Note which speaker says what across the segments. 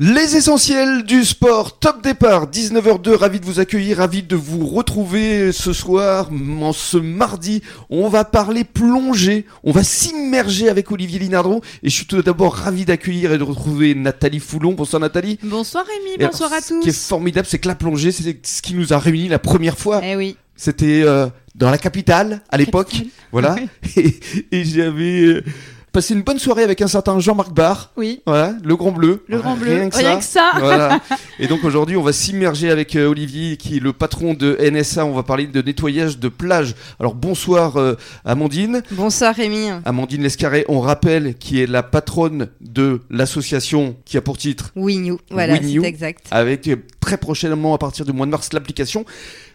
Speaker 1: Les essentiels du sport, top départ, 19h02, ravi de vous accueillir, ravi de vous retrouver ce soir, en ce mardi, on va parler plongée, on va s'immerger avec Olivier Linardon, et je suis tout d'abord ravi d'accueillir et de retrouver Nathalie Foulon, bonsoir Nathalie.
Speaker 2: Bonsoir Rémi,
Speaker 1: Et
Speaker 2: bonsoir à
Speaker 1: alors, Ce qui est
Speaker 2: tous.
Speaker 1: formidable, c'est que la plongée, c'est ce qui nous a réunis la première fois,
Speaker 2: Eh oui.
Speaker 1: c'était euh, dans la capitale, à l'époque,
Speaker 2: Capitaine.
Speaker 1: voilà, et, et j'avais euh, passé une bonne soirée avec un certain Jean-Marc Barr,
Speaker 2: Oui.
Speaker 1: voilà, le Grand Bleu.
Speaker 2: Le grand bleu.
Speaker 1: Rien que ça. Voilà. Et donc aujourd'hui, on va s'immerger avec euh, Olivier, qui est le patron de NSA. On va parler de nettoyage de plage. Alors bonsoir euh, Amandine.
Speaker 2: Bonsoir Rémi.
Speaker 1: Amandine Lescarré, on rappelle, qui est la patronne de l'association qui a pour titre
Speaker 3: Oui, New, voilà,
Speaker 1: We Knew.
Speaker 3: c'est exact.
Speaker 1: avec euh, très prochainement à partir du mois de mars l'application.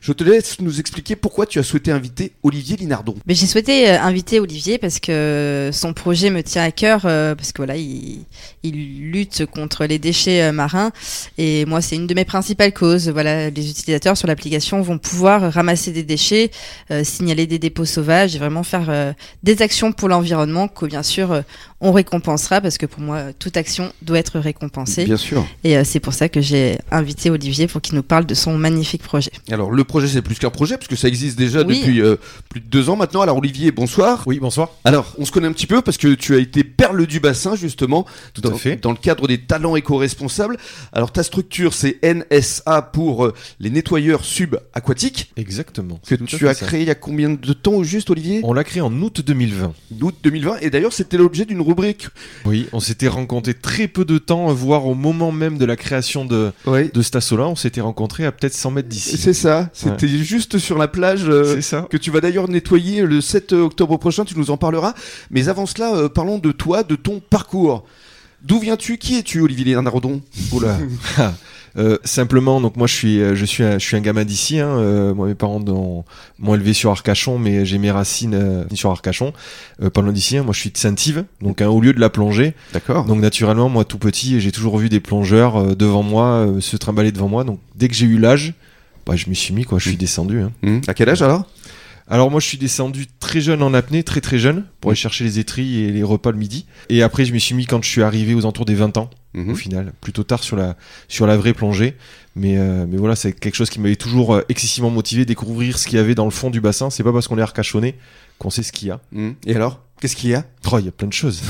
Speaker 1: Je te laisse nous expliquer pourquoi tu as souhaité inviter Olivier Linardon.
Speaker 3: Mais j'ai souhaité euh, inviter Olivier parce que son projet me tient à cœur, euh, parce que voilà, il, il lutte contre les déchets euh, marins et moi, c'est une de mes principales causes. Voilà, les utilisateurs sur l'application vont pouvoir ramasser des déchets, euh, signaler des dépôts sauvages et vraiment faire euh, des actions pour l'environnement que bien sûr euh, on récompensera parce que pour moi, euh, toute action doit être récompensée
Speaker 1: sûr.
Speaker 3: et euh, c'est pour ça que j'ai invité Olivier pour qu'il nous parle de son magnifique projet.
Speaker 1: Alors le projet, c'est plus qu'un projet, parce que ça existe déjà
Speaker 3: Oui.
Speaker 1: depuis euh, plus de deux ans maintenant. Alors Olivier, bonsoir.
Speaker 4: Oui, bonsoir.
Speaker 1: Alors, on se connaît un petit peu parce que tu as été perle du bassin, justement,
Speaker 4: Tout
Speaker 1: dans, dans le cadre des talents éco-responsables. Alors, ta structure, c'est NSA pour euh, les nettoyeurs subaquatiques,
Speaker 4: Exactement.
Speaker 1: que
Speaker 4: Tout à
Speaker 1: tu
Speaker 4: fait
Speaker 1: as
Speaker 4: ça.
Speaker 1: créé il y a combien de temps, au juste, Olivier
Speaker 4: On l'a créé en août 2020.
Speaker 1: Août 2020. Et d'ailleurs, c'était l'objet d'une rubrique.
Speaker 4: Oui, on s'était rencontrés très peu de temps, voire au moment même de la création de,
Speaker 1: Oui.
Speaker 4: de Stasola, on s'était rencontrés à peut-être 100 mètres d'ici.
Speaker 1: C'est ça. C'était juste sur la plage. euh,
Speaker 4: C'est ça.
Speaker 1: que tu vas d'ailleurs nettoyer le 7 octobre prochain, tu nous en parleras. Mais avant cela, euh, parlons de toi, de ton parcours. D'où viens-tu Qui es-tu, Olivier Léonardon
Speaker 4: Oula. Euh, simplement, donc moi je suis, euh, je suis, un, je suis un gamin d'ici. hein, euh, moi, mes parents ont- m'ont élevé sur Arcachon, mais j'ai mes racines euh, sur Arcachon. Euh, pas loin d'ici. hein, moi, je suis de Saint-Yves, donc hein, au lieu de la plongée.
Speaker 1: D'accord.
Speaker 4: Donc naturellement, moi tout petit, j'ai toujours vu des plongeurs euh, devant moi, euh, se trimballer devant moi. Donc dès que j'ai eu l'âge, bah, je m'y suis mis quoi. Je suis descendu. hein.
Speaker 1: Mmh. À quel âge alors
Speaker 4: Alors moi je suis descendu très jeune en apnée, très très jeune, pour aller chercher les étris et les repas le midi. Et après je m'y suis mis quand je suis arrivé aux alentours des 20 ans,
Speaker 1: Mhm, Mm.
Speaker 4: au final, plutôt tard sur la, sur la vraie plongée. Mais, euh, mais voilà, c'est quelque chose qui m'avait toujours euh, excessivement motivé, découvrir ce qu'il y avait dans le fond du bassin. C'est pas parce qu'on est arcachonné qu'on sait ce qu'il y a.
Speaker 1: Mmh. Et alors Qu'est-ce qu'il y a
Speaker 4: Oh, il y a plein de choses.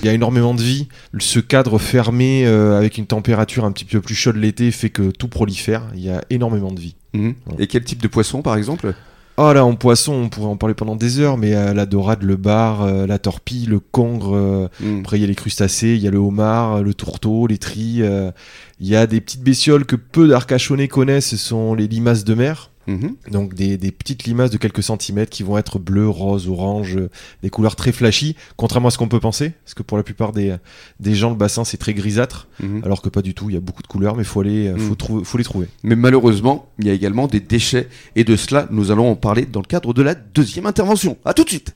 Speaker 4: il y a énormément de vie. Ce cadre fermé euh, avec une température un petit peu plus chaude l'été fait que tout prolifère. Il y a énormément de vie.
Speaker 1: Mhm. Et quel type de poisson, par exemple
Speaker 4: Oh là, en poisson, on pourrait en parler pendant des heures, mais euh, la dorade, le bar, euh, la torpille, le congre, euh,
Speaker 1: Mhm,
Speaker 4: après il y a les crustacés, il y a le homard, euh, le tourteau, les tris, euh, il y a des petites bestioles que peu d'arcachonnais connaissent, ce sont les limaces de mer,
Speaker 1: Mhm.
Speaker 4: donc des, des petites limaces de quelques centimètres qui vont être bleues, roses, oranges, euh, des couleurs très flashy, contrairement à ce qu'on peut penser, parce que pour la plupart des, des gens, le bassin c'est très grisâtre,
Speaker 1: Mhm.
Speaker 4: alors que pas du tout, il y a beaucoup de couleurs, mais faut, aller, euh,
Speaker 1: Mm.
Speaker 4: faut, trou- faut les trouver.
Speaker 1: Mais malheureusement, il y a également des déchets. Et de cela, nous allons en parler dans le cadre de la deuxième intervention. À tout de suite